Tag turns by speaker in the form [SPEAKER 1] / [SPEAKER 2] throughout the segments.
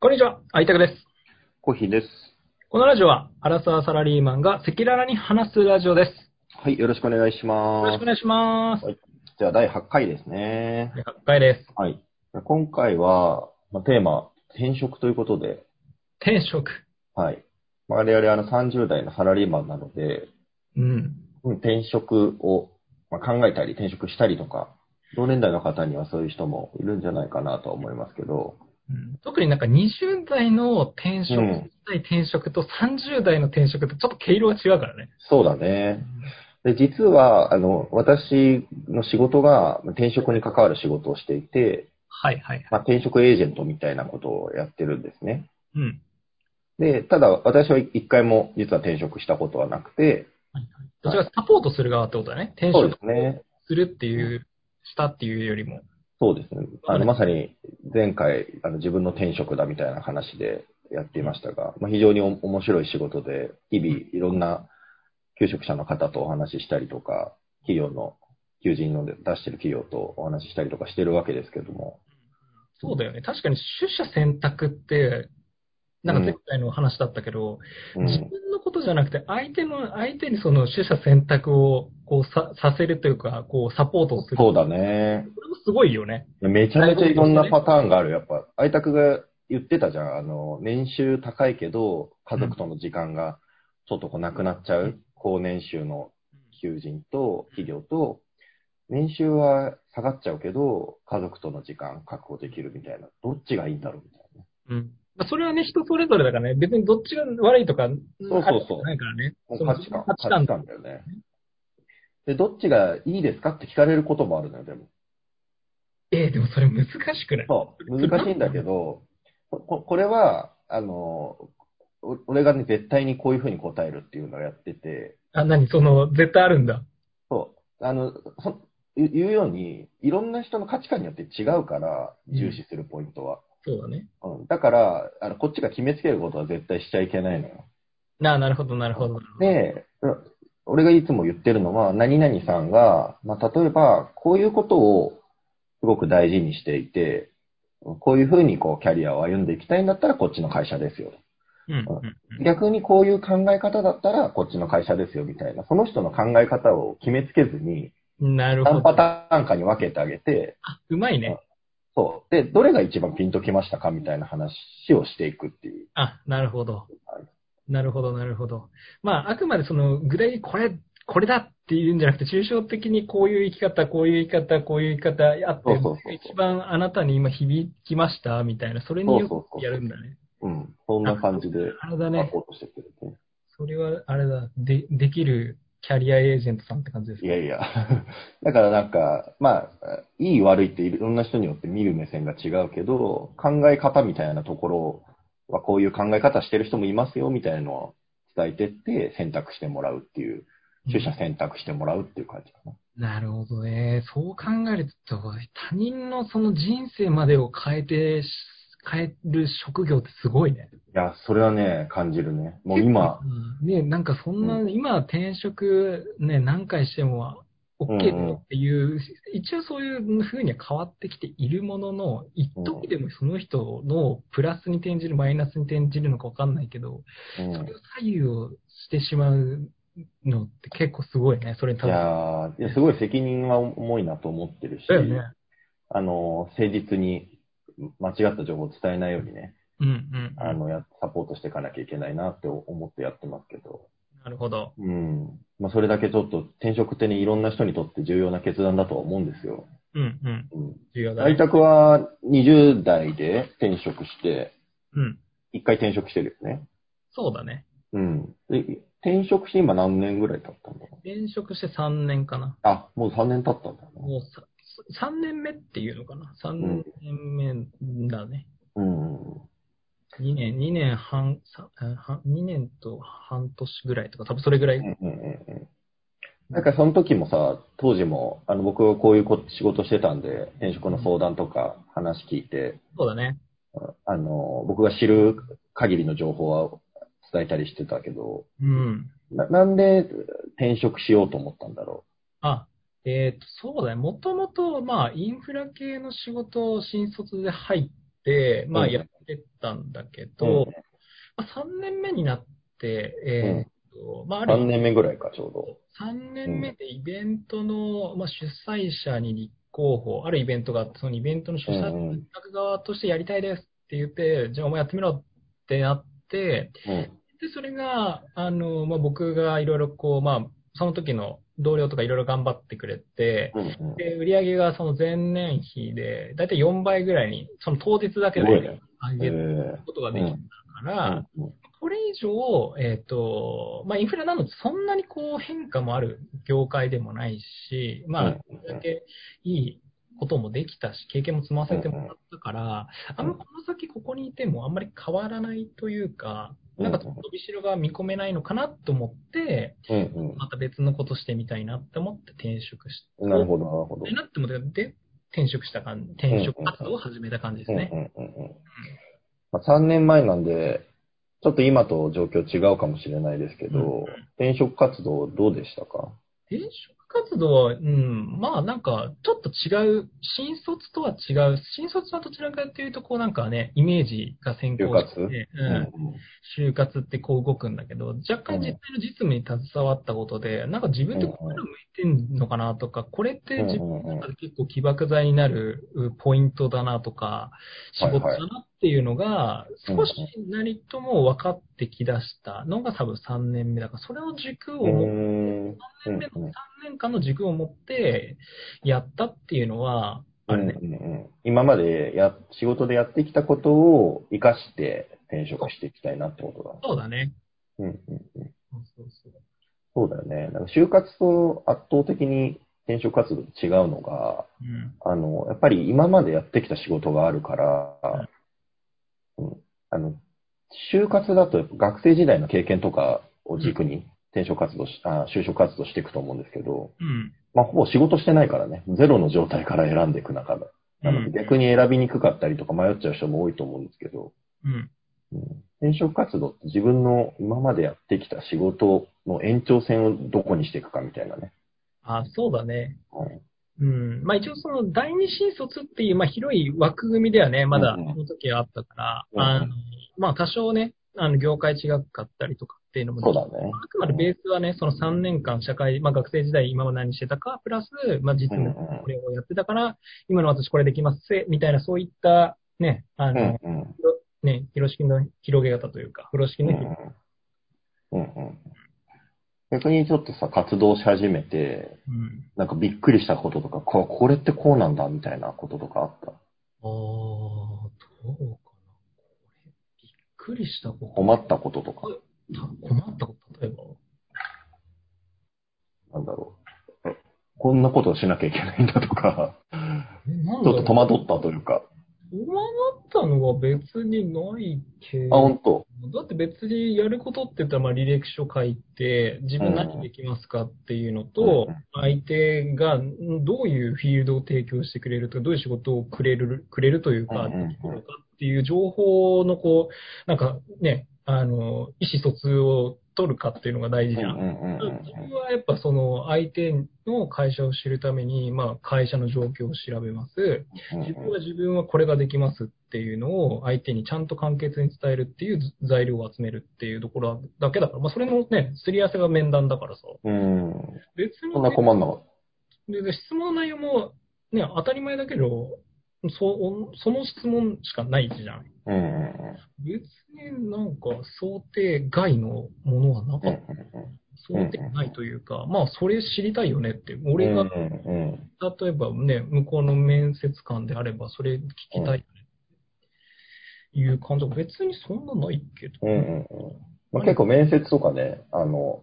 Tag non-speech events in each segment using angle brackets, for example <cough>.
[SPEAKER 1] こんにちは、あいたくです。
[SPEAKER 2] コーヒーです。
[SPEAKER 1] このラジオは、アラサーサラリーマンが赤裸々に話すラジオです。
[SPEAKER 2] はい、よろしくお願いし
[SPEAKER 1] よろし
[SPEAKER 2] ま
[SPEAKER 1] く
[SPEAKER 2] す。
[SPEAKER 1] お願いします。
[SPEAKER 2] はい、じゃあ、第8回ですね。
[SPEAKER 1] 100回です。
[SPEAKER 2] はい。今回は、まあ、テーマ、転職ということで、
[SPEAKER 1] 転職。
[SPEAKER 2] はい。まあ我々、あの、30代のサラリーマンなので、
[SPEAKER 1] うん。
[SPEAKER 2] うん転職を、まあ、考えたり、転職したりとか、同年代の方にはそういう人もいるんじゃないかなとは思いますけど、
[SPEAKER 1] うん特になんか20代の転職、
[SPEAKER 2] うん
[SPEAKER 1] 10代転職と30代の転職ってちょっと毛色が違うからね。
[SPEAKER 2] そうだね。で、実は、あの、私の仕事が、まあ転職に関わる仕事をしていて、
[SPEAKER 1] はいはい。
[SPEAKER 2] まあ、転職エージェントみたいなことをやってるんですね。
[SPEAKER 1] うん。
[SPEAKER 2] で、ただ私は一回も実は転職したことはなくて、
[SPEAKER 1] どちらかサポートする側ってことだね。転
[SPEAKER 2] そうで
[SPEAKER 1] 職
[SPEAKER 2] すね。
[SPEAKER 1] するっていう、したっていうよりも。
[SPEAKER 2] そうですね。あ
[SPEAKER 1] はい
[SPEAKER 2] の、まさに前回、あの、自分の転職だみたいな話でやっていましたが、まあ、非常にお面白い仕事で、日々いろんな求職者の方とお話ししたりとか、企業の、求人の出してる企業とお話ししたりとかしてるわけですけども、
[SPEAKER 1] そうだよね。確かに出社選択って、なんか前回の話だったけど、
[SPEAKER 2] う
[SPEAKER 1] 自
[SPEAKER 2] ん、
[SPEAKER 1] 分のことじゃなくて、相手の、相手にその取捨選択を、こうさ、させるというか、こう、サポートをする。
[SPEAKER 2] そうだね。
[SPEAKER 1] これもすごいよね。
[SPEAKER 2] めちゃめちゃいろんなパターンがある。やっぱ、愛拓が言ってたじゃん。あの、年収高いけど、家族との時間がちょっとこうなくなっちゃう。高年収の求人と企業と、年収は下がっちゃうけど、家族との時間確保できるみたいな。どっちがいいんだろうみたいな。
[SPEAKER 1] うん。まあ、それはね、人それぞれだからね、別にどっちが悪いとか、
[SPEAKER 2] そうそうそう
[SPEAKER 1] ないからね。
[SPEAKER 2] もう
[SPEAKER 1] その
[SPEAKER 2] 価値観、
[SPEAKER 1] 価値観
[SPEAKER 2] だよね。で、どっちがいいですかって聞かれることもあるのよ、でも。
[SPEAKER 1] えーでもそれ難しくない
[SPEAKER 2] そう、難しいんだけど、こここれは、あの、お俺がね、絶対にこういうふうに答えるっていうのをやってて、
[SPEAKER 1] あ、何その、絶対あるんだ。
[SPEAKER 2] そう、あの、そ言う言うように、いろんな人の価値観によって違うから、
[SPEAKER 1] うん
[SPEAKER 2] 重視するポイントは。
[SPEAKER 1] そうだね。
[SPEAKER 2] うん、だからあの、こっちが決めつけることは絶対しちゃいけないのよ。
[SPEAKER 1] なあ、なるほど、なるほど。
[SPEAKER 2] で、うん俺がいつも言ってるのは、何々さんが、まあ、例えば、こういうことをすごく大事にしていて、こういうふうにこうキャリアを歩んでいきたいんだったら、こっちの会社ですよ。
[SPEAKER 1] うん、うん、うん。
[SPEAKER 2] 逆にこういう考え方だったら、こっちの会社ですよみたいな、その人の考え方を決めつけずに、
[SPEAKER 1] なるほ
[SPEAKER 2] 何
[SPEAKER 1] ど。
[SPEAKER 2] パ
[SPEAKER 1] あ、
[SPEAKER 2] ターンかに分けてあげて、
[SPEAKER 1] うまいね。
[SPEAKER 2] そう。で、どれが一番ピンときましたかみたいな話をしていくっていう。
[SPEAKER 1] あ、なるほど
[SPEAKER 2] はい。
[SPEAKER 1] なるほど、なるほど。まあ、あくまでその、具体的にこれ、これだっていうんじゃなくて、抽象的にこういう生き方、こういう生き方、こういう生き方あって、
[SPEAKER 2] そうそうそう
[SPEAKER 1] 一番あなたに今響きました、みたいな、それによ
[SPEAKER 2] そうそう
[SPEAKER 1] く
[SPEAKER 2] そう
[SPEAKER 1] やるんだね。
[SPEAKER 2] うん。そんな感じで、
[SPEAKER 1] あれだ
[SPEAKER 2] サ
[SPEAKER 1] ね。
[SPEAKER 2] ポートしてくれて。
[SPEAKER 1] それは、あれだ、で、できるキャリアエージェントさんって感じです
[SPEAKER 2] い
[SPEAKER 1] か
[SPEAKER 2] やいや。 <laughs> だからなんか、まあ、いい悪いっていろんな人によって見る目線が違うけど、考え方みたいなところはこういう考え方してる人もいますよみたいなのを伝えてって選択してもらうっていう、取捨選択してもらうっていう感じかな。
[SPEAKER 1] なるほどね。そう考えると、他人のその人生までを変えてし、変える職業ってすごいね。
[SPEAKER 2] いや、それはね、感じるね。もう今、
[SPEAKER 1] うんね、なんかそんな、
[SPEAKER 2] う
[SPEAKER 1] 今転職ね、何回しても OK
[SPEAKER 2] うんうん
[SPEAKER 1] っていう、一応そういう風には変わってきているものの、一時でもその人のプラスに転じる、マイナスに転じるのかわかんないけど、
[SPEAKER 2] う
[SPEAKER 1] そ
[SPEAKER 2] ん
[SPEAKER 1] れを左右をしてしまうのって結構すごいね、それに
[SPEAKER 2] いやーいや、すごい責任は重いなと思ってるし、
[SPEAKER 1] だよね。
[SPEAKER 2] あの、誠実に間違った情報を伝えないようにね、
[SPEAKER 1] うんうん。
[SPEAKER 2] あの、や、サポートしていかなきゃいけないなって思ってやってますけど、
[SPEAKER 1] なるほど。
[SPEAKER 2] うん。まあ、それだけちょっと転職ってね、いろんな人にとって重要な決断だとは思うんですよ。
[SPEAKER 1] うんうん。
[SPEAKER 2] うん。
[SPEAKER 1] 重要だね
[SPEAKER 2] 在。宅は20代で転職して、
[SPEAKER 1] うん。
[SPEAKER 2] 一回転職してるよね。
[SPEAKER 1] そうだね。
[SPEAKER 2] うん。で転職して今何年ぐらい経ったんだろ
[SPEAKER 1] 転職して3年かな。
[SPEAKER 2] う。あ、もう3年経ったんだよね。
[SPEAKER 1] もうさ3年目っていうのかな ?3 年目だね。
[SPEAKER 2] うん。
[SPEAKER 1] 2年、2年半、さえは2年と半年ぐらいとか、多分それぐらい。
[SPEAKER 2] うんうんうんうんなんかその時もさ、当時も、あの、僕はこういうこ仕事してたんで、転職の相談とか話聞いて、
[SPEAKER 1] そうだね。
[SPEAKER 2] あの、僕が知る限りの情報は伝えたりしてたけど、
[SPEAKER 1] うん。
[SPEAKER 2] ななんで転職しようと思ったんだろ
[SPEAKER 1] あ、えっ、と、そうだね。もともと、まあ、インフラ系の仕事を新卒で入て、ま
[SPEAKER 2] う
[SPEAKER 1] あ
[SPEAKER 2] ん
[SPEAKER 1] やってたんだけ
[SPEAKER 2] う
[SPEAKER 1] ど
[SPEAKER 2] ん、
[SPEAKER 1] まあ、3年目になって、えーっと、まあある
[SPEAKER 2] 3年目ぐらいか、ちょうど。
[SPEAKER 1] 3年目でイベントの、まあ、主催者に立候補、あるイベントがあって、そのイベントの主催者
[SPEAKER 2] うんうん
[SPEAKER 1] 側としてやりたいですって言って、じゃあお前やってみろってなって、
[SPEAKER 2] うん。
[SPEAKER 1] で、それが、あの、まあ、僕がいろいろこう、まあ、その時の同僚とかいろいろ頑張ってくれて、
[SPEAKER 2] うんうん
[SPEAKER 1] で、売り上げがその前年比で、だいたい4倍ぐらいに、その当日だけです
[SPEAKER 2] ごいね
[SPEAKER 1] 上
[SPEAKER 2] え
[SPEAKER 1] げる
[SPEAKER 2] ー
[SPEAKER 1] ことができたから、
[SPEAKER 2] うんうん
[SPEAKER 1] これ以上、えっ、と、まあ、インフラなのでそんなにこう変化もある業界でもないし、まあ、
[SPEAKER 2] うん
[SPEAKER 1] これだけいいこともできたし、経験も積ませてもらったから、あんまこの先ここにいてもあんまり変わらないというか、なんか伸びしろが見込めないのかなと思って、
[SPEAKER 2] うん
[SPEAKER 1] また別のことしてみたいなって思って転職し
[SPEAKER 2] うん。なるほど、なるほど
[SPEAKER 1] たい。なって思って、で、転職した感じ、転職活動を始めた感じですね。
[SPEAKER 2] うんうんうんうんまあ、3年前なんで、ちょっと今と状況違うかもしれないですけ
[SPEAKER 1] うんうん
[SPEAKER 2] ど、転職活動どうでしたか
[SPEAKER 1] 転職活動は、うん、まあなんか、ちょっと違う、新卒とは違う、新卒はどちらかというと、こうなんかね、イメージが先行して、
[SPEAKER 2] う
[SPEAKER 1] うん、就活ってこう動くんだけど、若干実際の実務に携わったことで、なんか自分ってこれ向いてんのかなとか、これって自分
[SPEAKER 2] うんうんうん
[SPEAKER 1] の中で結構起爆剤になるうポイントだなとか、仕事だなっていうのが、
[SPEAKER 2] い
[SPEAKER 1] 少しなりとも分かってきだしたのが多分3年目だから、それを軸を
[SPEAKER 2] う
[SPEAKER 1] 持っ
[SPEAKER 2] ん。
[SPEAKER 1] 3年目の3年間の軸を持ってやったっていうのは、あれね、
[SPEAKER 2] うんうんうん今までや、仕事でやってきたことを活かして転職していきたいなってことだ。
[SPEAKER 1] そうだね。
[SPEAKER 2] うんうんうん、
[SPEAKER 1] そうそうそう
[SPEAKER 2] そうだよね。なんか就活と圧倒的に転職活動と違うのが、
[SPEAKER 1] うん
[SPEAKER 2] あの、やっぱり今までやってきた仕事があるから、うん、あの、就活だとやっぱ学生時代の経験とかを軸に転職活動し、あ就職活動していくと思うんですけど、
[SPEAKER 1] うん
[SPEAKER 2] まあ、ほぼ仕事してないからね、ゼロの状態から選んでいく中で、なので逆に選びにくかったりとか迷っちゃう人も多いと思うんですけど、
[SPEAKER 1] うん
[SPEAKER 2] うん、転職活動って自分の今までやってきた仕事の延長線をどこにしていくかみたいなね。
[SPEAKER 1] あそうだね。
[SPEAKER 2] うん
[SPEAKER 1] うん。まあ一応その第二新卒っていう、まあ広い枠組みではね、まだ
[SPEAKER 2] うんうん
[SPEAKER 1] その時はあったから、
[SPEAKER 2] うんうん
[SPEAKER 1] あの、まあ多少ね、あの業界違かったりとかっていうのもで
[SPEAKER 2] そう
[SPEAKER 1] き
[SPEAKER 2] だね。
[SPEAKER 1] あくまでベースはね、その3年間社会、まあ学生時代今は何してたか、プラス、まあ実務
[SPEAKER 2] うんうん
[SPEAKER 1] これをやってたから、今の私これできますせ、みたいなそういったね、あの、
[SPEAKER 2] うんうん。
[SPEAKER 1] ね、風呂敷の広げ方というか、風呂敷の広げ
[SPEAKER 2] うんうん逆にちょっとさ、活動し始めて、
[SPEAKER 1] うん。
[SPEAKER 2] なんかびっくりしたこととか、ここれってこうなんだみたいなこととかあった。
[SPEAKER 1] ああ、どうかな。これ、びっくりしたこと。
[SPEAKER 2] 困ったこととか、
[SPEAKER 1] た困ったこと、例えば。
[SPEAKER 2] なんだろう。えこんなことをしなきゃいけないんだとか、
[SPEAKER 1] え、なん
[SPEAKER 2] ち
[SPEAKER 1] だ
[SPEAKER 2] ょ
[SPEAKER 1] ろ
[SPEAKER 2] っと
[SPEAKER 1] う。
[SPEAKER 2] 戸惑ったというか。
[SPEAKER 1] 戸惑ったのは別にないけ
[SPEAKER 2] あ、
[SPEAKER 1] ど
[SPEAKER 2] ほん、と。
[SPEAKER 1] だって別にやることって言ったら、まあ履歴書書いて、自分何できますかっていうのと
[SPEAKER 2] うん、
[SPEAKER 1] 相手がんどういうフィールドを提供してくれるとか、どういう仕事をくれる、くれるというか、
[SPEAKER 2] うんうんうん
[SPEAKER 1] できるのかっていう情報のこう、なんかね、あの、意思疎通を取るかっていうのが大事
[SPEAKER 2] うん
[SPEAKER 1] じ
[SPEAKER 2] う
[SPEAKER 1] ゃ
[SPEAKER 2] ん
[SPEAKER 1] ん。
[SPEAKER 2] うんうん
[SPEAKER 1] 自分はやっぱその相手の会社を知るために、まあ会社の状況を調べます。
[SPEAKER 2] うん
[SPEAKER 1] 自分は自分はこれができますっていうのを相手にちゃんと簡潔に伝えるっていう材料を集めるっていうところだけだから、まあそれのね、すり合わせが面談だからさ。
[SPEAKER 2] うん。うん。
[SPEAKER 1] 別に、
[SPEAKER 2] そんな困んなかっ
[SPEAKER 1] で質問の内容もね、当たり前だけど、そその質問しかないじゃん。
[SPEAKER 2] た。うんうんうん
[SPEAKER 1] 別になんか想定外のものはな
[SPEAKER 2] うん
[SPEAKER 1] かった。想定ないというか、まあそれ知りたいよねって、
[SPEAKER 2] うん
[SPEAKER 1] 俺
[SPEAKER 2] うん。う
[SPEAKER 1] が
[SPEAKER 2] んうん
[SPEAKER 1] 例えばね、向こうの面接官であれば、それ聞きたいよね。いう感じは別にそんなないけど。
[SPEAKER 2] うんうんうんまあ、結構面接とかね、あの、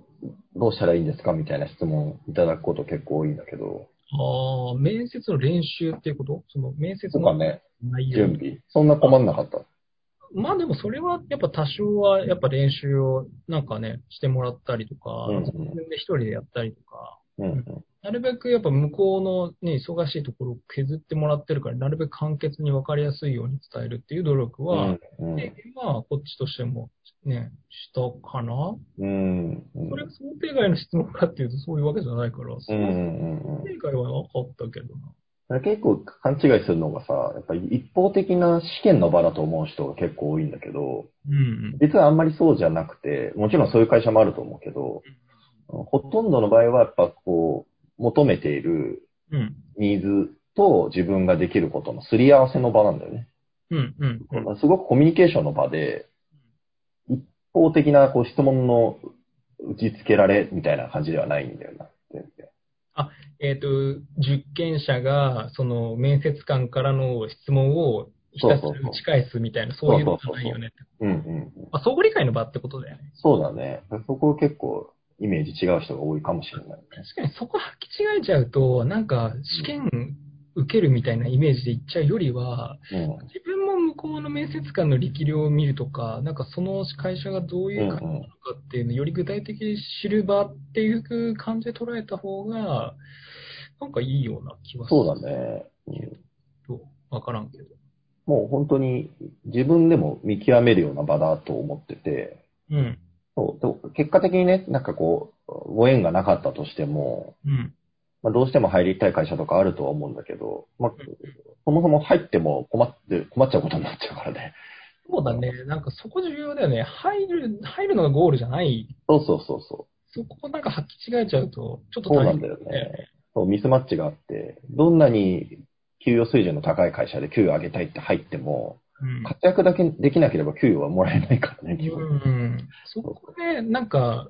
[SPEAKER 2] どうしたらいいんですかみたいな質問いただくこと結構多いんだけど、
[SPEAKER 1] ああ、面接の練習っていうことその面接
[SPEAKER 2] とか
[SPEAKER 1] の
[SPEAKER 2] ね、
[SPEAKER 1] 内容。
[SPEAKER 2] 準備、そんな困んなかった。
[SPEAKER 1] まあでもそれはやっぱ多少はやっぱ練習をなんかね、してもらったりとか、
[SPEAKER 2] うんうん
[SPEAKER 1] 自分で一人でやったりとか、
[SPEAKER 2] うん
[SPEAKER 1] なるべくやっぱ向こうのね、忙しいところを削ってもらってるから、なるべく簡潔に分かりやすいように伝えるっていう努力
[SPEAKER 2] う
[SPEAKER 1] は、
[SPEAKER 2] ん。うん
[SPEAKER 1] で、まあ、こっちとしても、ね、したかな
[SPEAKER 2] うん。うん
[SPEAKER 1] それは想定外の質問かっていうと、そういうわけじゃないから、
[SPEAKER 2] う
[SPEAKER 1] 想
[SPEAKER 2] んうんうん
[SPEAKER 1] 定外はなかったけどな。
[SPEAKER 2] だから結構勘違いするのがさ、やっぱり一方的な試験の場だと思う人が結構多いんだけど、
[SPEAKER 1] うん。
[SPEAKER 2] 実はあんまりそうじゃなくて、もちろんそういう会社もあると思うけど、ほとんどの場合はやっぱこう、求めている
[SPEAKER 1] うん。
[SPEAKER 2] ニーズと自分ができることのすり合わせの場なんだよね。
[SPEAKER 1] うん。うん。うん。
[SPEAKER 2] すごくコミュニケーションの場で、一方的なこう質問の打ち付けられみたいな感じではないんだよな。全然
[SPEAKER 1] えっ、と、受験者が、その、面接官からの質問をひたすら打ち返すみたいな、
[SPEAKER 2] うそう
[SPEAKER 1] そういうのじゃないよねって。
[SPEAKER 2] うんうんうん。
[SPEAKER 1] まあ、相互理解の場ってことだよね。
[SPEAKER 2] そうだね。そこ結構イメージ違う人が多いかもしれない。
[SPEAKER 1] 確かにそこ履き違えちゃうと、なんか、試験受けるみたいなイメージでいっちゃうよりは、
[SPEAKER 2] うん。
[SPEAKER 1] 自分も向こうの面接官の力量を見るとか、なんかその会社がどういう会社なのかっていうのをより具体的に知る場っていう感じで捉えた方が、なんかいいような気はする。
[SPEAKER 2] そうだね。うん
[SPEAKER 1] わからんけど。
[SPEAKER 2] もう本当に自分でも見極めるような場だと思ってて、
[SPEAKER 1] うん。
[SPEAKER 2] そうと結果的にね、なんかこう、ご縁がなかったとしても、
[SPEAKER 1] うん。
[SPEAKER 2] まあ、どうしても入りたい会社とかあるとは思うんだけど、まあ、そもそも入っても困って、困っちゃうことになっちゃうからね。
[SPEAKER 1] そうだね。なんかそこ重要だよね。入る、入るのがゴールじゃない。
[SPEAKER 2] そうそうそうそ
[SPEAKER 1] そこをなんか履き違えちゃうと、ちょっ
[SPEAKER 2] う。
[SPEAKER 1] と
[SPEAKER 2] そうな
[SPEAKER 1] 大
[SPEAKER 2] ん
[SPEAKER 1] 変
[SPEAKER 2] だよね。そう、ミスマッチがあって、どんなに給与水準の高い会社で給与上げたいって入っても、
[SPEAKER 1] うん
[SPEAKER 2] 活躍だけできなければ給与はもらえないからね、基
[SPEAKER 1] う
[SPEAKER 2] 本。
[SPEAKER 1] ん。そこで、なんか、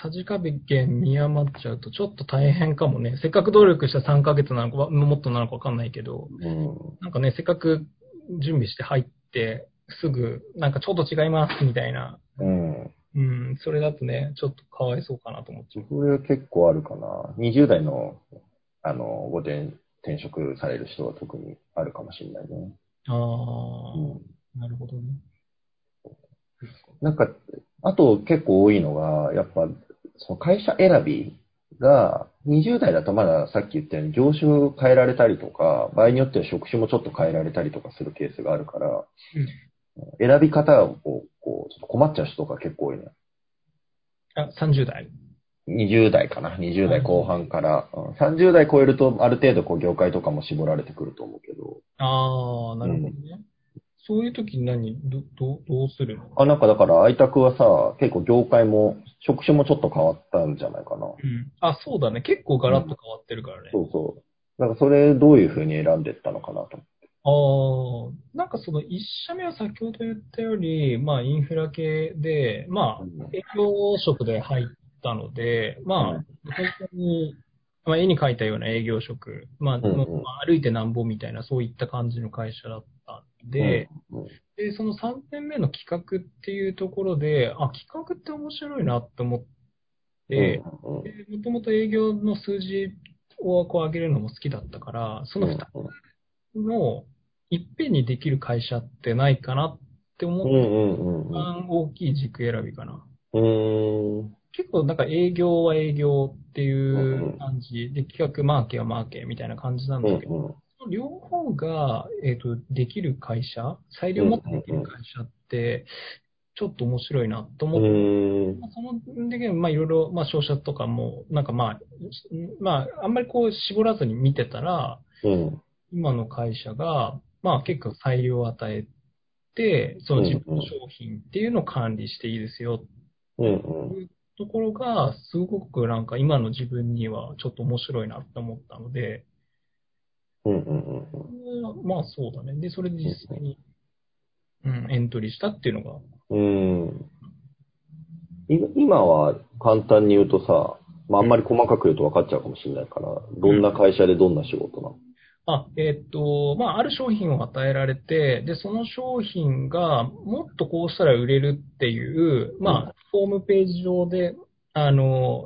[SPEAKER 1] さじ加減見余っちゃうとちょっと大変かもね。せっかく努力した3ヶ月なのか、わもっとなのかわかんないけど、
[SPEAKER 2] うん。
[SPEAKER 1] なんかね、せっかく準備して入って、すぐ、なんかちょっと違いますみたいな。
[SPEAKER 2] うん。
[SPEAKER 1] うん、それだとね、ちょっとかわいそうかなと思っちゃう。
[SPEAKER 2] それは結構あるかな。20代の、あの、午前転職される人は特にあるかもしれないね。
[SPEAKER 1] あ
[SPEAKER 2] うん。
[SPEAKER 1] あ、なるほどね。
[SPEAKER 2] なんか、あと結構多いのが、やっぱ、その会社選びが、20代だとまださっき言ったように業種を変えられたりとか、場合によっては職種もちょっと変えられたりとかするケースがあるから、選び方をこうこうちょっと困っちゃう人が結構多いね。
[SPEAKER 1] あ、30代。
[SPEAKER 2] 20代かな、20代後半から、うん30代超えるとある程度こう業界とかも絞られてくると思うけど、
[SPEAKER 1] ああ、なるほどね。そういう時に何、ど、どう、どうするの
[SPEAKER 2] あ、なんかだから、愛宅はさ、結構業界も、職種もちょっと変わったんじゃないかな。
[SPEAKER 1] うん。あ、そうだね。結構ガラッと変わってるからね。
[SPEAKER 2] そうそう。なんかそれ、どういうふうに選んでったのかなと。
[SPEAKER 1] ああ、なんかその一社目は先ほど言ったより、まあインフラ系で、まあ営業職で入ったので、ま
[SPEAKER 2] う
[SPEAKER 1] あ
[SPEAKER 2] ん
[SPEAKER 1] 本当に、まあ絵に描いたような営業職、まあ、
[SPEAKER 2] んうん
[SPEAKER 1] まあ歩いてなんぼみたいなそういった感じの会社だったんで、
[SPEAKER 2] うんうん
[SPEAKER 1] で、その3年目の企画っていうところで、あ、企画って面白いなと思って、
[SPEAKER 2] うんうん
[SPEAKER 1] でもともと営業の数字をこう上げるのも好きだったから、その2つのいっぺんにできる会社ってないかなって思
[SPEAKER 2] う
[SPEAKER 1] った
[SPEAKER 2] んうん
[SPEAKER 1] 一番大きい軸選びかな。
[SPEAKER 2] うん。うーん。
[SPEAKER 1] 結構なんか営業は営業って
[SPEAKER 2] ん
[SPEAKER 1] いうう感じで、企画マーケはマーケみたいな感じなん
[SPEAKER 2] う
[SPEAKER 1] だ
[SPEAKER 2] ん
[SPEAKER 1] けど、その両方が、えっとできる会社、裁量を持ってできる会社って、ちょっと面白いなと思
[SPEAKER 2] う
[SPEAKER 1] って
[SPEAKER 2] ん。うーん。
[SPEAKER 1] まあそので、まあ、いろいろ、まあ、商社とかも、なんかまあ、まあ、あんまりこう、絞らずに見てたら、
[SPEAKER 2] うん。
[SPEAKER 1] 今の会社が、まあ、結構裁量を与えて、その自分の商品っていうのを管理していいですよ、
[SPEAKER 2] うんうん。
[SPEAKER 1] ところが、すごくなんか今の自分にはちょっと面白いなって思ったので、
[SPEAKER 2] うんうんうん
[SPEAKER 1] まあ、そうだね。で、それで実際に、うん、エントリーしたっていうのが、
[SPEAKER 2] うん。うーん。い今は簡単に言うとさ、まあ、あんまり細かく言うと分かっちゃうかもしれないから、どんな会社でどんな仕事なの
[SPEAKER 1] あ、えーっと、まあ、ある商品を与えられて、で、その商品がもっとこうしたら売れるっていう、
[SPEAKER 2] うん
[SPEAKER 1] まあ、ホームページ上で、あの、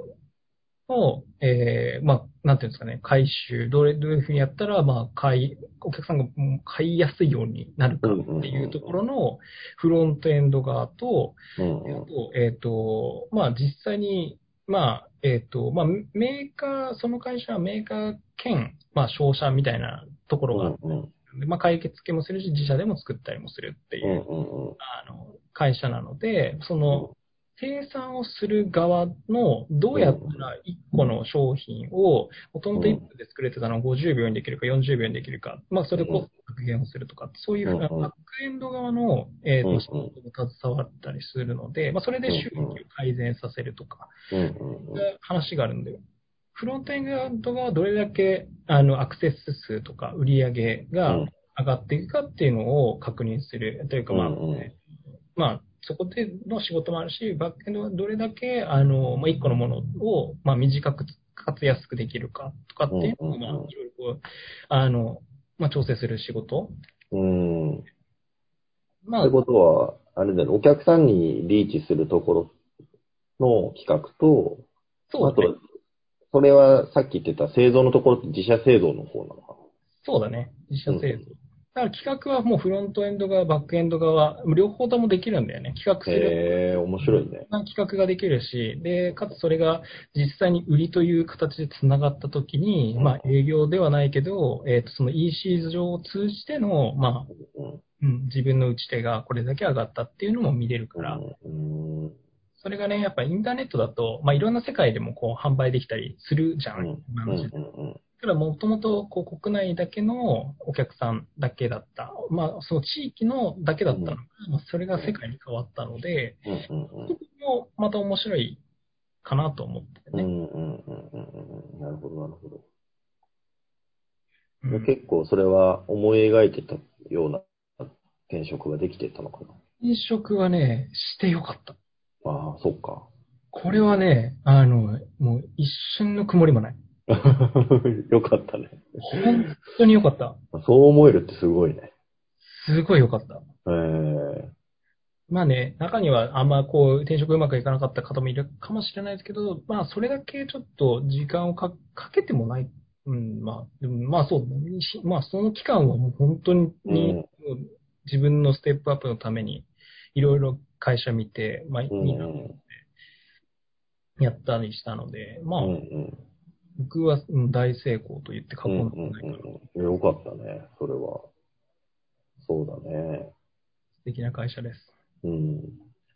[SPEAKER 1] の、えー、まあ、なんていうんですかね、回収、どれ、どういうふうにやったら、まあ、買い、お客さんがうん買いやすいようになるかっていうところのフロントエンド側と、
[SPEAKER 2] うん
[SPEAKER 1] あと、えっ、と、まあ、実際に、まあ、えっ、と、まあ、メーカー、その会社はメーカー兼、まあ、商社みたいなところがあっ
[SPEAKER 2] うんうん。
[SPEAKER 1] て、まあ、解決系もするし、自社でも作ったりもするっていうう、
[SPEAKER 2] んうんうん。
[SPEAKER 1] あの、会社なので、その、生産をする側の、どうやったら1個の商品を、ほとんど1分で作れてたのを50秒にできるか40秒にできるか、まあ、それでコスト削減をするとか、そういうふうな
[SPEAKER 2] うんうん
[SPEAKER 1] バックエンド側の、えー
[SPEAKER 2] うん
[SPEAKER 1] と、
[SPEAKER 2] うん
[SPEAKER 1] 仕事も携わったりするので、まあ、それで収益を改善させるとか、
[SPEAKER 2] うん
[SPEAKER 1] そういう話があるんだよ。フロントエンド側はどれだけ、あの、アクセス数とか売り上げが
[SPEAKER 2] うん
[SPEAKER 1] 上がっていくかっていうのを確認する。というか、まあ、
[SPEAKER 2] うんうん
[SPEAKER 1] まあ、そこでの仕事もあるし、バックエンドはどれだけ、あの、まあ、一個のものを、まあ、短く、かつ安くできるかとかっていうのを、
[SPEAKER 2] うん
[SPEAKER 1] まあ、い
[SPEAKER 2] うんうん
[SPEAKER 1] ろいろこう、あの、まあ、調整する仕事。
[SPEAKER 2] うん。うん。
[SPEAKER 1] ま
[SPEAKER 2] っ
[SPEAKER 1] あ
[SPEAKER 2] て、ことは、あれだよね、お客さんにリーチするところの企画と、
[SPEAKER 1] そ
[SPEAKER 2] あ
[SPEAKER 1] うだね
[SPEAKER 2] と。、それはさっき言ってた製造のところって自社製造の方なのか
[SPEAKER 1] そうだね。自社製
[SPEAKER 2] う
[SPEAKER 1] 造。だから企画はもうフロントエンド側、バックエンド側、両方ともできるんだよね。企画す
[SPEAKER 2] な。
[SPEAKER 1] る
[SPEAKER 2] へえ、面白いね。
[SPEAKER 1] な企画ができるし、で、かつそれが実際に売りという形でつながったときに、まあ営業ではないけど、えっ、と、その EC 上を通じての、まあ、
[SPEAKER 2] うん。
[SPEAKER 1] うん、自分の打ち手がこれだけ上がったっていうのも見れるから、
[SPEAKER 2] うん。
[SPEAKER 1] それがね、やっぱインターネットだと、まあいろんな世界でもこう販売できたりするじゃ
[SPEAKER 2] うん
[SPEAKER 1] ん。今
[SPEAKER 2] うん。う
[SPEAKER 1] の時代
[SPEAKER 2] ん。
[SPEAKER 1] ただ、もともとこう国内だけのお客さんだけだった、まあ、その地域のだけだったのが、まあそれが世界に変わったので、
[SPEAKER 2] うん。うん。うん。
[SPEAKER 1] そこもまた面白いかなと思って
[SPEAKER 2] うん
[SPEAKER 1] ね。
[SPEAKER 2] うんうんうんうんなるほど、なるほど。
[SPEAKER 1] うん
[SPEAKER 2] 結構それは思い描いてたような転職ができてたのか
[SPEAKER 1] 飲食はね、してよかった。
[SPEAKER 2] な。ああ、そっか。 <laughs>
[SPEAKER 1] これはね、あの、もう一瞬の曇りもない。
[SPEAKER 2] よかったね。
[SPEAKER 1] 本当によかった。
[SPEAKER 2] そう思えるってすごいね。
[SPEAKER 1] すごいよかった。
[SPEAKER 2] えー、
[SPEAKER 1] まあね、中にはあんまこう、転職うまくいかなかった方もいるかもしれないですけど、まあそれだけちょっと時間をかかけてもない。うん、まあ、でもまあそうだね、しまあその期間はもう本当に、
[SPEAKER 2] うん
[SPEAKER 1] もう自分のステップアップのために、いろいろ会社見て、まあい
[SPEAKER 2] うん
[SPEAKER 1] いな、やったりしたので、まあ
[SPEAKER 2] うんうん
[SPEAKER 1] 僕はうん大成功と言って過
[SPEAKER 2] う
[SPEAKER 1] 言
[SPEAKER 2] ん
[SPEAKER 1] で
[SPEAKER 2] う
[SPEAKER 1] は
[SPEAKER 2] ん
[SPEAKER 1] ないから、素
[SPEAKER 2] うんよかったね、それは。そうだね。
[SPEAKER 1] 敵な会社です。
[SPEAKER 2] うん。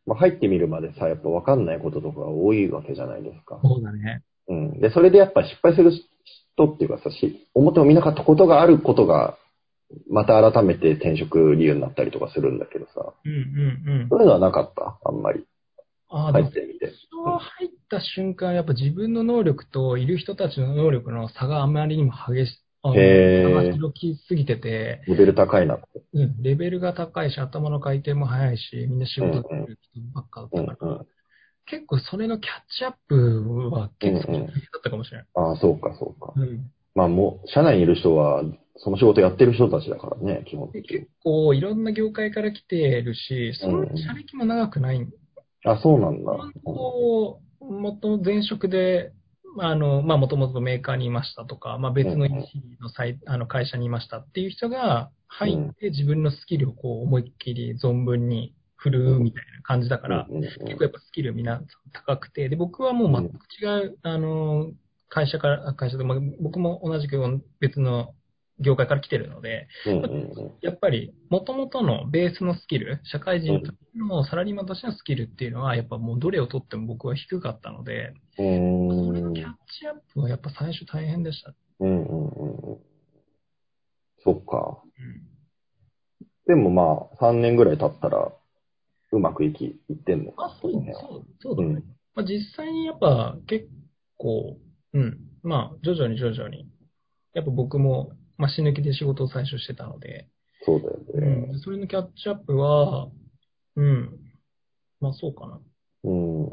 [SPEAKER 2] まあ、入ってみるまでさ、やっぱ分かんないこととかが多いわけじゃないですか。
[SPEAKER 1] そうだね。
[SPEAKER 2] うん。で、それでやっぱ失敗する人っていうかさ、し表を見なかったことがあることが、また改めて転職理由になったりとかするんだけどさ、
[SPEAKER 1] うんうんうん。
[SPEAKER 2] そういうのはなかった、あんまり。
[SPEAKER 1] ああ、で
[SPEAKER 2] 入
[SPEAKER 1] も
[SPEAKER 2] ってみて。
[SPEAKER 1] 人が入った瞬間、やっぱ自分の能力といる人たちの能力の差があまりにも激し、あの
[SPEAKER 2] へ
[SPEAKER 1] 差
[SPEAKER 2] ー
[SPEAKER 1] が広きすぎてて、
[SPEAKER 2] レベル高いなって。
[SPEAKER 1] うん、レベルが高いし、頭の回転も速いし、みんな仕事できる人ばっかだっ
[SPEAKER 2] う
[SPEAKER 1] た
[SPEAKER 2] ん
[SPEAKER 1] から、
[SPEAKER 2] うん。
[SPEAKER 1] 結構それのキャッチアップは結構
[SPEAKER 2] うんう
[SPEAKER 1] 大変
[SPEAKER 2] ん
[SPEAKER 1] だったかもしれない。
[SPEAKER 2] ああ、そうか、そうか。
[SPEAKER 1] うん
[SPEAKER 2] まあもう、社内にいる人は、その仕事やってる人たちだからね、基本
[SPEAKER 1] で
[SPEAKER 2] 的に
[SPEAKER 1] 結。構いろんな業界から来てるし、その車歴も長くないん
[SPEAKER 2] あ、そうなんだ。
[SPEAKER 1] こう、元前職で、あの、まあ、もともとメーカーにいましたとか、まあ、別の
[SPEAKER 2] うんうん
[SPEAKER 1] EC のサイあの会社にいましたっていう人が入って自分のスキルをこう思いっきり存分に振るみたいな感じだから、
[SPEAKER 2] うんうんうん
[SPEAKER 1] 結構やっぱスキルみんな高くて、で、僕はもう全く違う、あの、会社から、あ会社で、まあ、僕も同じく別の業界から来てるので、
[SPEAKER 2] うんうん
[SPEAKER 1] やっぱり、もともとのベースのスキル、社会人としてのサラリーマンとしてのスキルっていうのは、やっぱもうどれを取っても僕は低かったので、
[SPEAKER 2] うん。
[SPEAKER 1] そうれ
[SPEAKER 2] ー
[SPEAKER 1] の
[SPEAKER 2] ん
[SPEAKER 1] キャッチアップはやっぱ最初大変でした。
[SPEAKER 2] うんうんうんうん。そっか。
[SPEAKER 1] うん
[SPEAKER 2] でもまあ、3年ぐらい経ったら、うまくいき、いってんのか。
[SPEAKER 1] あ、そう、そう、そうだ
[SPEAKER 2] う
[SPEAKER 1] ね。
[SPEAKER 2] ん。
[SPEAKER 1] まあ、実際にやっぱ結構、うん、まあ徐々に徐々に、やっぱ僕も、まあ、死ぬ気で仕事を最初してたので、
[SPEAKER 2] そうだよね。
[SPEAKER 1] うん、それのキャッチアップは、うん、まあそうかな。
[SPEAKER 2] うん。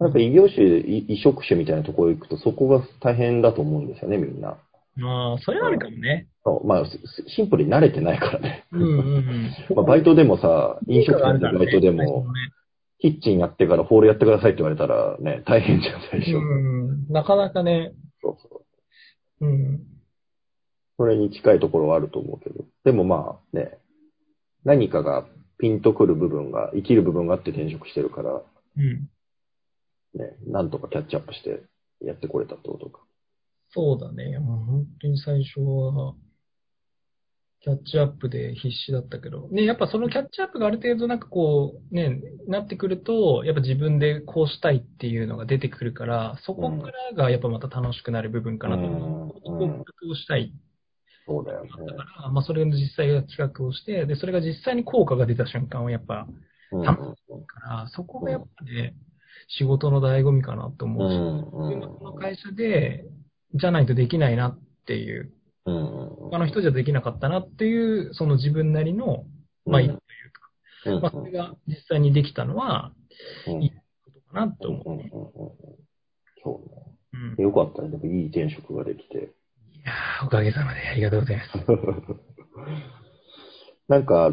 [SPEAKER 2] なんか異業種、い異職種みたいなところ行くと、そこが大変だと思うんですよね、みんな。
[SPEAKER 1] まあ、それはあるかもね。
[SPEAKER 2] そうまあ、すシンプルに慣れてないからね。
[SPEAKER 1] うんうんうん。
[SPEAKER 2] <laughs> まあ、バイトでもさ、飲食店でバイトで
[SPEAKER 1] 文化があるから
[SPEAKER 2] も
[SPEAKER 1] ね、
[SPEAKER 2] キッチンやってからホールやってくださいって言われたらね、大変じゃん、最初。
[SPEAKER 1] うん、なかなかね、
[SPEAKER 2] そうそう。
[SPEAKER 1] うん、
[SPEAKER 2] それに近いところはあると思うけど。でもまあね、何かがピンとくる部分が、生きる部分があって転職してるから、
[SPEAKER 1] うん、
[SPEAKER 2] ね、なんとかキャッチアップしてやってこれたってことか。
[SPEAKER 1] そうだね、もう本当に最初は、キャッチアップで必死だったけど。ね、やっぱそのキャッチアップがある程度なんかこう、ね、なってくると、やっぱ自分でこうしたいっていうのが出てくるから、そこからがやっぱまた楽しくなる部分かなと思う。
[SPEAKER 2] うん
[SPEAKER 1] こう工夫をしたい
[SPEAKER 2] そうだよね。
[SPEAKER 1] だから、まあそれの実際が企画をして、で、それが実際に効果が出た瞬間はやっぱ、
[SPEAKER 2] うん
[SPEAKER 1] 楽しから、そこがやっぱね、仕事の醍醐味かなと
[SPEAKER 2] う
[SPEAKER 1] 思うし、
[SPEAKER 2] んう
[SPEAKER 1] 自
[SPEAKER 2] ん
[SPEAKER 1] 分の会社で、じゃないとできないなっていう、
[SPEAKER 2] うん
[SPEAKER 1] 他の人じゃできなかったなっていう、その自分なりの、まあ、
[SPEAKER 2] うん
[SPEAKER 1] 一歩というか、まあ、それが実際にできたのは、
[SPEAKER 2] うん
[SPEAKER 1] いいことかなと
[SPEAKER 2] うん
[SPEAKER 1] 思うん
[SPEAKER 2] ううん
[SPEAKER 1] ね。
[SPEAKER 2] うんそうね。
[SPEAKER 1] うん
[SPEAKER 2] よかったね。でもいい転職ができて。
[SPEAKER 1] いやーおかげさまでありがとうございます。
[SPEAKER 2] <laughs> なんか、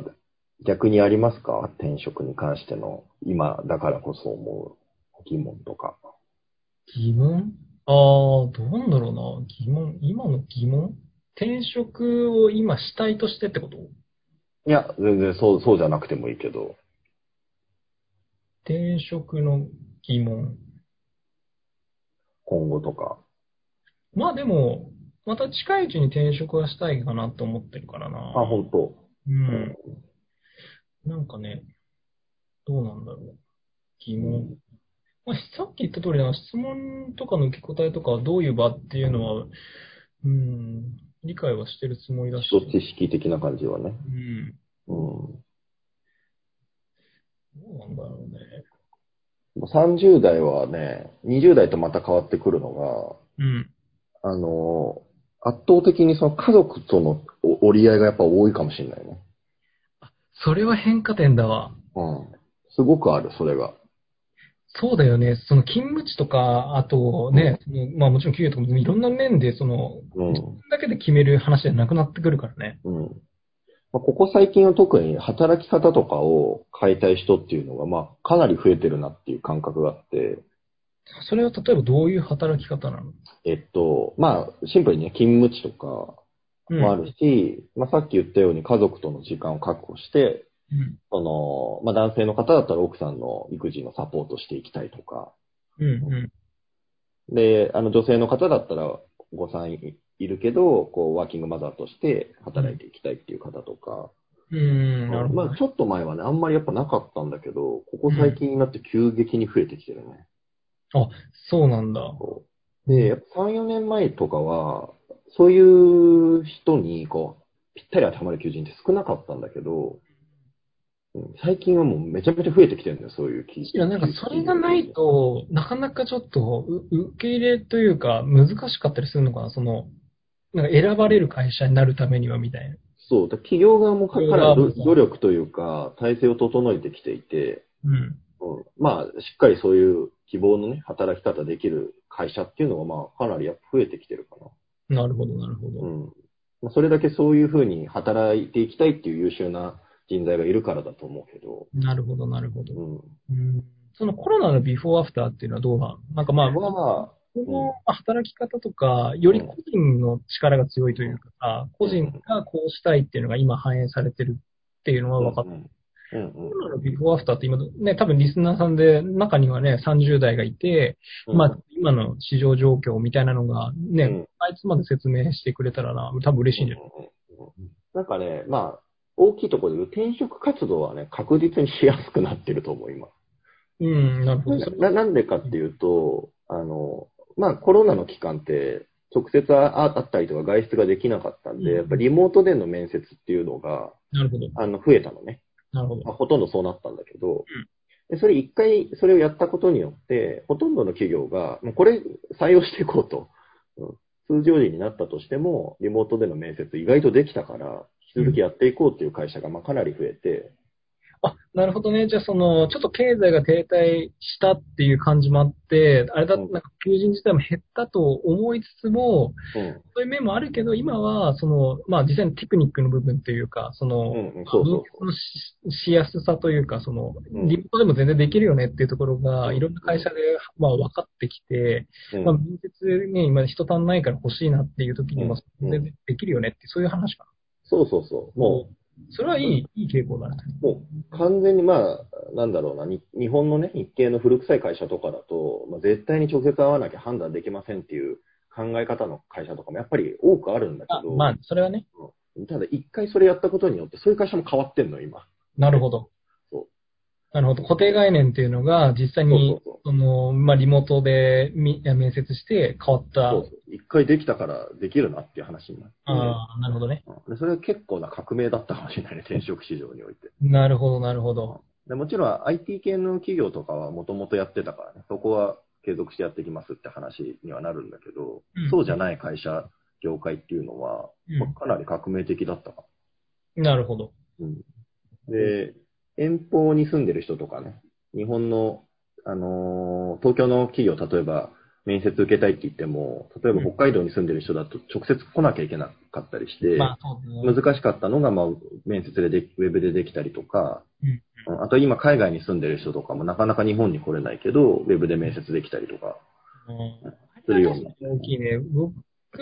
[SPEAKER 2] 逆にありますか転職に関しての、今だからこそ思う疑問とか。
[SPEAKER 1] 疑問ああ、どうなんだろうな。疑問今の疑問転職を今主体としてってこと
[SPEAKER 2] いや、全然そう、そうじゃなくてもいいけど。
[SPEAKER 1] 転職の疑問。
[SPEAKER 2] 今後とか。
[SPEAKER 1] まあでも、また近いうちに転職はしたいかなと思ってるからな。
[SPEAKER 2] あ、本当。
[SPEAKER 1] うん。なんかね、どうなんだろう。疑問。まあ、さっき言った通りだな、質問とかの受け答えとかはどういう場っていうのは、うん、理解はしてるつもりだし。
[SPEAKER 2] 基礎知識的な感じはね。
[SPEAKER 1] うん。
[SPEAKER 2] うん。
[SPEAKER 1] どうなんだろうね。
[SPEAKER 2] 30代はね、20代とまた変わってくるの
[SPEAKER 1] うん。
[SPEAKER 2] が、あの、圧倒的にその家族との折り合いがやっぱ多いかもしれないね。
[SPEAKER 1] それは変化点だわ。
[SPEAKER 2] うん。すごくある、それが。
[SPEAKER 1] そうだよね。その勤務地とか、あとね、そのまあもちろん給与とかもいろんな面で、その、
[SPEAKER 2] うん。
[SPEAKER 1] だけで決める話じゃなくなってくるからね。
[SPEAKER 2] うん。まあ、ここ最近は特に働き方とかを変えたい人っていうのが、まあ、かなり増えてるなっていう感覚があって、
[SPEAKER 1] それは例えばどういう働き方なの
[SPEAKER 2] えっと、まあ、シンプルにね、勤務地とかもあるし、まあ、さっき言ったように家族との時間を確保して、
[SPEAKER 1] うん。
[SPEAKER 2] その、まあ、男性の方だったら奥さんの育児のサポートしていきたいとか、
[SPEAKER 1] うん。うん。
[SPEAKER 2] で、あの、女性の方だったら、お子さんいいるけど、こう、ワーキングマザーとして働いていきたいっていう方とか、
[SPEAKER 1] うん。なるほど
[SPEAKER 2] まあ、。ちょっと前はね、あんまりやっぱなかったんだけど、ここ最近になって急激に増えてきてるね。
[SPEAKER 1] そうなんだ。
[SPEAKER 2] こうで、やっぱ3、4年前とかは、そういう人に、こう、ぴったり当てはまる求人って少なかったんだけど、うん最近はもうめちゃめちゃ増えてきてるんだよ、そういう企
[SPEAKER 1] いや、なんかそれがない。と、なかなかちょっとう受け入れというか、難しかったりするのかな、その、なんか選ばれる会社になるためにはみたいな。
[SPEAKER 2] そう、だから企業側もか
[SPEAKER 1] 企業
[SPEAKER 2] ら
[SPEAKER 1] 側も
[SPEAKER 2] 努努力というか、体制を整えてきていて、
[SPEAKER 1] うん。
[SPEAKER 2] うん、まあ、しっかりそういう希望のね、働き方できる会社っていうのが、まあ、かなりやっぱ増えてきてるかな。
[SPEAKER 1] なるほど、なるほど。
[SPEAKER 2] うんまあ、それだけそういうふうに働いていきたいっていう優秀な人材がいるからだと思うけど、
[SPEAKER 1] なるほど、なるほど。
[SPEAKER 2] うん、
[SPEAKER 1] うんそのコロナのビフォーアフターっていうのはどうなのなんかまあ、こ
[SPEAKER 2] まあ、
[SPEAKER 1] の働き方とか、より個人の力が強いというかさ、個人がこうしたいっていうのが今反映されてるっていうのは分かっ
[SPEAKER 2] う
[SPEAKER 1] た。
[SPEAKER 2] んうん
[SPEAKER 1] コロナのビフォーアフターって今ね、多分リスナーさんで中にはね、30代がいて、
[SPEAKER 2] うん、
[SPEAKER 1] まあ、今の市場状況みたいなのがね、
[SPEAKER 2] うん
[SPEAKER 1] あいつまで説明してくれたらな、多分嬉しいんじゃない
[SPEAKER 2] なんかね、まあ、大きいところで言う転職活動はね、確実にしやすくなってると思う、今。
[SPEAKER 1] うん、なるほど。それ
[SPEAKER 2] ななんでかっていうと、あの、まあ、コロナの期間って、直接あ会ったりとか外出ができなかったんで、
[SPEAKER 1] うん
[SPEAKER 2] やっぱリモートでの面接っていうのが、
[SPEAKER 1] なるほど。
[SPEAKER 2] あの、増えたのね。
[SPEAKER 1] なるほど
[SPEAKER 2] まあ、。ほとんどそうなったんだけど、でそれ一回それをやったことによって、ほとんどの企業が、もうこれ採用していこうと、うん、通常時になったとしても、リモートでの面接意外とできたから、引き続きやっていこうっていう会社がまあかなり増えて、
[SPEAKER 1] あ、なるほどね。じゃあ、その、ちょっと経済が停滞したっていう感じもあって、あれだ、
[SPEAKER 2] う
[SPEAKER 1] なんんか求人自体も減ったと思いつつも、
[SPEAKER 2] うん、
[SPEAKER 1] そういう面もあるけど、今は、その、まあ、実際にテクニックの部分というか、その、
[SPEAKER 2] うんうんそうそう
[SPEAKER 1] 分析のししやすさというか、その、
[SPEAKER 2] うん
[SPEAKER 1] リモートでも全然できるよねっていうところ
[SPEAKER 2] う
[SPEAKER 1] が、
[SPEAKER 2] ん
[SPEAKER 1] いろんな会社で、まあ、分かってきて、
[SPEAKER 2] うん
[SPEAKER 1] まあ、面接ね、今人足んないから欲しいなっていう時に、まあ、
[SPEAKER 2] うん
[SPEAKER 1] 全然できるよねって、そういう話か
[SPEAKER 2] そうそうそう、
[SPEAKER 1] な。
[SPEAKER 2] も
[SPEAKER 1] う、それはいい、いい傾向だね。
[SPEAKER 2] う、もう完全にまあ、なんだろうな、に日本のね、日系の古臭い会社とかだと、まあ、絶対に直接会わなきゃ判断できませんっていう考え方の会社とかもやっぱり多くあるんだけ
[SPEAKER 1] あ
[SPEAKER 2] ど、
[SPEAKER 1] まあ、それはね。
[SPEAKER 2] ただ一回それやったことによって、そういう会社も変わってんの、今。
[SPEAKER 1] なるほど
[SPEAKER 2] そう。
[SPEAKER 1] なるほど。固定概念っていうのが、実際に、
[SPEAKER 2] そう
[SPEAKER 1] そ
[SPEAKER 2] そう
[SPEAKER 1] の、まあ、リモートでみ面接して変わった。
[SPEAKER 2] そうそう一回できたからできるなっていう話になって、
[SPEAKER 1] ああ、なるほどね。
[SPEAKER 2] うんでそれは結構な革命だったかもしれないね、転職市場において。
[SPEAKER 1] なるほど、なるほど。
[SPEAKER 2] でもちろん IT 系の企業とかはもともとやってたからね、そこは継続してやっていきますって話にはなるんだけど、
[SPEAKER 1] うん
[SPEAKER 2] そうじゃない会社、業界っていうのは、
[SPEAKER 1] うん
[SPEAKER 2] まあかなり革命的だったか
[SPEAKER 1] なるほど。
[SPEAKER 2] な、で、遠方に住んでる人とかね、日本の、あのー東京の企業、例えば面接受けたいって言っても、例えば
[SPEAKER 1] うん
[SPEAKER 2] 北海道に住んでる人だと直接来なきゃいけなかったりして、
[SPEAKER 1] まあ、そうですね。
[SPEAKER 2] 難しかったのが、まあ、面接ででき、ウェブでできたりとか、
[SPEAKER 1] うん
[SPEAKER 2] うんあと今海外に住んでる人とかもなかなか日本に来れないけど、ウェブで面接できたりとか。
[SPEAKER 1] うん
[SPEAKER 2] するように
[SPEAKER 1] 大きいね。僕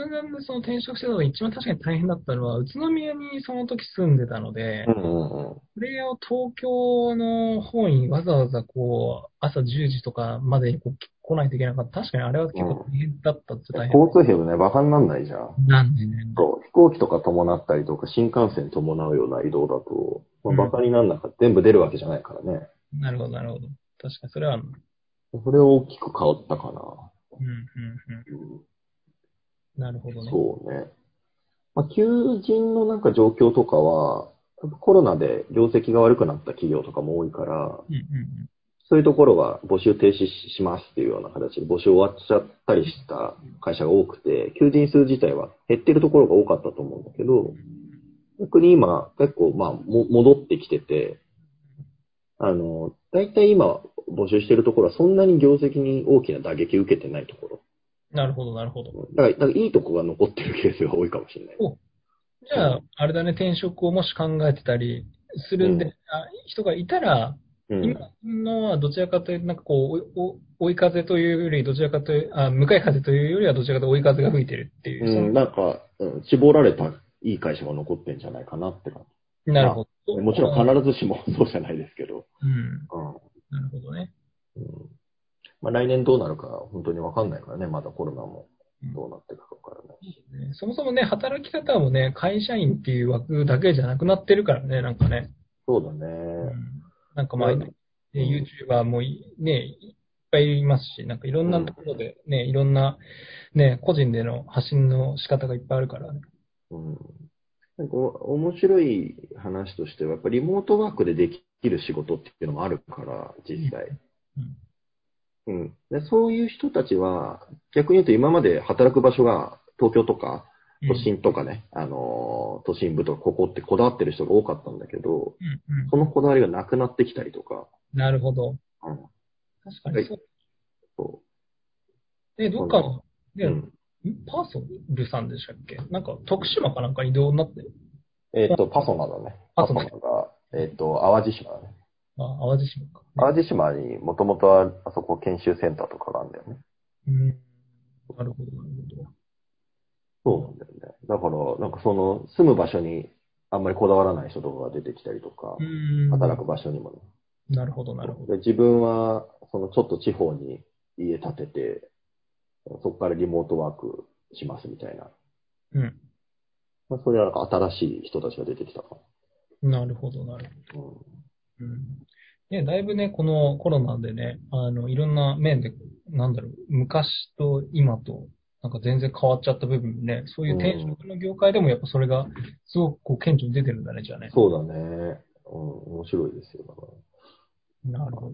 [SPEAKER 1] がその転職してたのが一番確かに大変だったのは、宇都宮にその時住んでたので、
[SPEAKER 2] うんうんうん。
[SPEAKER 1] それを東京の方にわざわざこう、朝10時とかまでにこう来ないといけなかった。確かにあれは結構大変だったって大変。
[SPEAKER 2] 交通費もね、バカになんないじゃん。
[SPEAKER 1] なんでね。
[SPEAKER 2] そう飛行機とか伴ったりとか、新幹線伴うような移動だと、まあ、バカになんなかった、全部出るわけじゃないからね。
[SPEAKER 1] なるほど、なるほど。確かにそれはあるな、
[SPEAKER 2] それは大きく変わったかな。
[SPEAKER 1] うん、うん、う
[SPEAKER 2] うん
[SPEAKER 1] ん。なるほどね。
[SPEAKER 2] そうね。まあ、求人のなんか状況とかは、コロナで業績が悪くなった企業とかも多いから、
[SPEAKER 1] うん、うん
[SPEAKER 2] そういうところは募集停止しますっていうような形で募集終わっちゃったりした会社が多くて、求人数自体は減ってるところが多かったと思うんだけど、逆に今結構まあも戻ってきてて、あの、大体今募集してるところはそんなに業績に大きな打撃受けてないとこ
[SPEAKER 1] うん。なるほど、なるほど。
[SPEAKER 2] ろ。だから、だからいいとこが残ってるケースが多いかもしれない。
[SPEAKER 1] じゃあ、あれだね、転職をもし考えてたりするんで、
[SPEAKER 2] うん
[SPEAKER 1] あ人がいたら、
[SPEAKER 2] うん。
[SPEAKER 1] 今のはどちらかというと、なんかこう、おお追い風というより、どちらかという、あ、向かい風というよりは、どちらかというと追い風が吹いてるっていう
[SPEAKER 2] う
[SPEAKER 1] そ
[SPEAKER 2] ん、なんか、うん、絞られたいい会社が残ってんじゃないかなって感
[SPEAKER 1] の。なるほ
[SPEAKER 2] じ。
[SPEAKER 1] ど。
[SPEAKER 2] もちろん必ずしもそうじゃないですけど。
[SPEAKER 1] うん。
[SPEAKER 2] うん。
[SPEAKER 1] なるほどね。
[SPEAKER 2] うんまあ、来年どうなるか本当にわかんないからね、まだコロナもどうなっていくかわからないし。
[SPEAKER 1] ねそもそもね、働き方もね、会社員っていう枠だけじゃなくなってるからね、なんかね。
[SPEAKER 2] そうだ
[SPEAKER 1] うん
[SPEAKER 2] ね。
[SPEAKER 1] なんかまあ、
[SPEAKER 2] うん
[SPEAKER 1] ね YouTuber もいね、いっぱいいますし、なんかいろんなところでね、いろんな、ね、個人での発信の仕方がいっぱいあるからね。
[SPEAKER 2] うん。なんかお面白い話としては、やっぱリモートワークでできる仕事っていうのもあるから、実際。うん。でそういう人たちは、逆に言うと今まで働く場所が東京とか
[SPEAKER 1] うん
[SPEAKER 2] 都心とかね、あのー都心部とかここってこだわってる人が多かったんだけど、
[SPEAKER 1] うんうん
[SPEAKER 2] そのこだわりがなくなってきたりとか、
[SPEAKER 1] なるほど。
[SPEAKER 2] うん。
[SPEAKER 1] 確かにそう。
[SPEAKER 2] そ
[SPEAKER 1] え、どっかの、
[SPEAKER 2] う。う
[SPEAKER 1] ね、
[SPEAKER 2] ん。
[SPEAKER 1] パーソルさんでしたっけなんか、徳島かなんか移動になって、
[SPEAKER 2] えっ、と、パソナだね。
[SPEAKER 1] パ
[SPEAKER 2] パ
[SPEAKER 1] ソ
[SPEAKER 2] ソ
[SPEAKER 1] ナ
[SPEAKER 2] ナが、えっ、と、淡路島だね。
[SPEAKER 1] あ、淡路島か。
[SPEAKER 2] 淡路島にもともとはあそこ研修センターとかがあるんだよね。
[SPEAKER 1] うん。なるほど、なるほど。
[SPEAKER 2] そうなんだよね。だから、なんかその住む場所にあんまりこだわらない人とかが出てきたりとか
[SPEAKER 1] う、ん。
[SPEAKER 2] 働く場所にもね。
[SPEAKER 1] なるほど、なるほど。
[SPEAKER 2] で自分は、そのちょっと地方に家建てて、そこからリモートワークしますみたいな。
[SPEAKER 1] うん。
[SPEAKER 2] まあ、それはなんか新しい人たちが出てきたか
[SPEAKER 1] なるほど、なるほど。
[SPEAKER 2] な。うん
[SPEAKER 1] うんね、だいぶね、このコロナでね、あの、いろんな面で、なんだろう、昔と今と、なんか全然変わっちゃった部分ね、そういう転職の業界でもやっぱそれが、すごくこう、顕著に出てるんだね、じゃあね。
[SPEAKER 2] そうだね。うん、面白いですよ。だから
[SPEAKER 1] なるほど。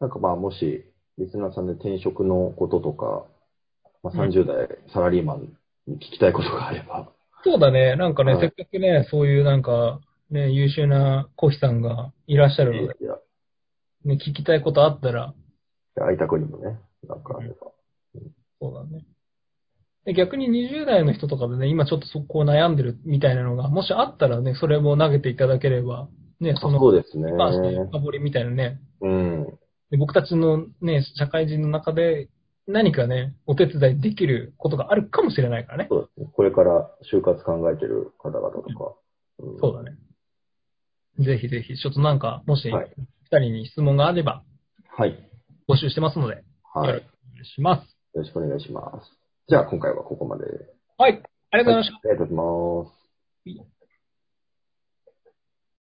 [SPEAKER 2] なんかまあ、もし、リスナーさんで転職のこととか、まあ、
[SPEAKER 1] うん
[SPEAKER 2] 30代サラリーマンに聞きたいことがあれば、
[SPEAKER 1] そうだね、なんかね、
[SPEAKER 2] はい
[SPEAKER 1] せっかくね、そういうなんか、ね、優秀なコヒさんがいらっしゃるので、
[SPEAKER 2] いや、
[SPEAKER 1] ね、聞きたいことあったら、
[SPEAKER 2] 愛宅にもね、なんかあれば。
[SPEAKER 1] そうだね。で逆に20代の人とかでね、今ちょっとそこを悩んでるみたいなのが、もしあったらね、それも投げていただければ、ね、そ
[SPEAKER 2] あ
[SPEAKER 1] の、
[SPEAKER 2] そうですね。
[SPEAKER 1] まあ、深掘りみたいなね。
[SPEAKER 2] うん。
[SPEAKER 1] で僕たちのね、社会人の中で何かね、お手伝いできることがあるかもしれないからね。
[SPEAKER 2] そうですね。これから就活考えてる方々とか。うん
[SPEAKER 1] そうだね。ぜひぜひ、ちょっとなんか、もし、
[SPEAKER 2] はい
[SPEAKER 1] 二人に質問があれば、
[SPEAKER 2] はい。
[SPEAKER 1] 募集してますので、
[SPEAKER 2] はい。
[SPEAKER 1] よろし
[SPEAKER 2] よ
[SPEAKER 1] くお願いします。
[SPEAKER 2] ろしくお願いします。じゃあ、今回はここまで。
[SPEAKER 1] はい、ありがとうございました。
[SPEAKER 2] はいありがとうございます。
[SPEAKER 1] いいよ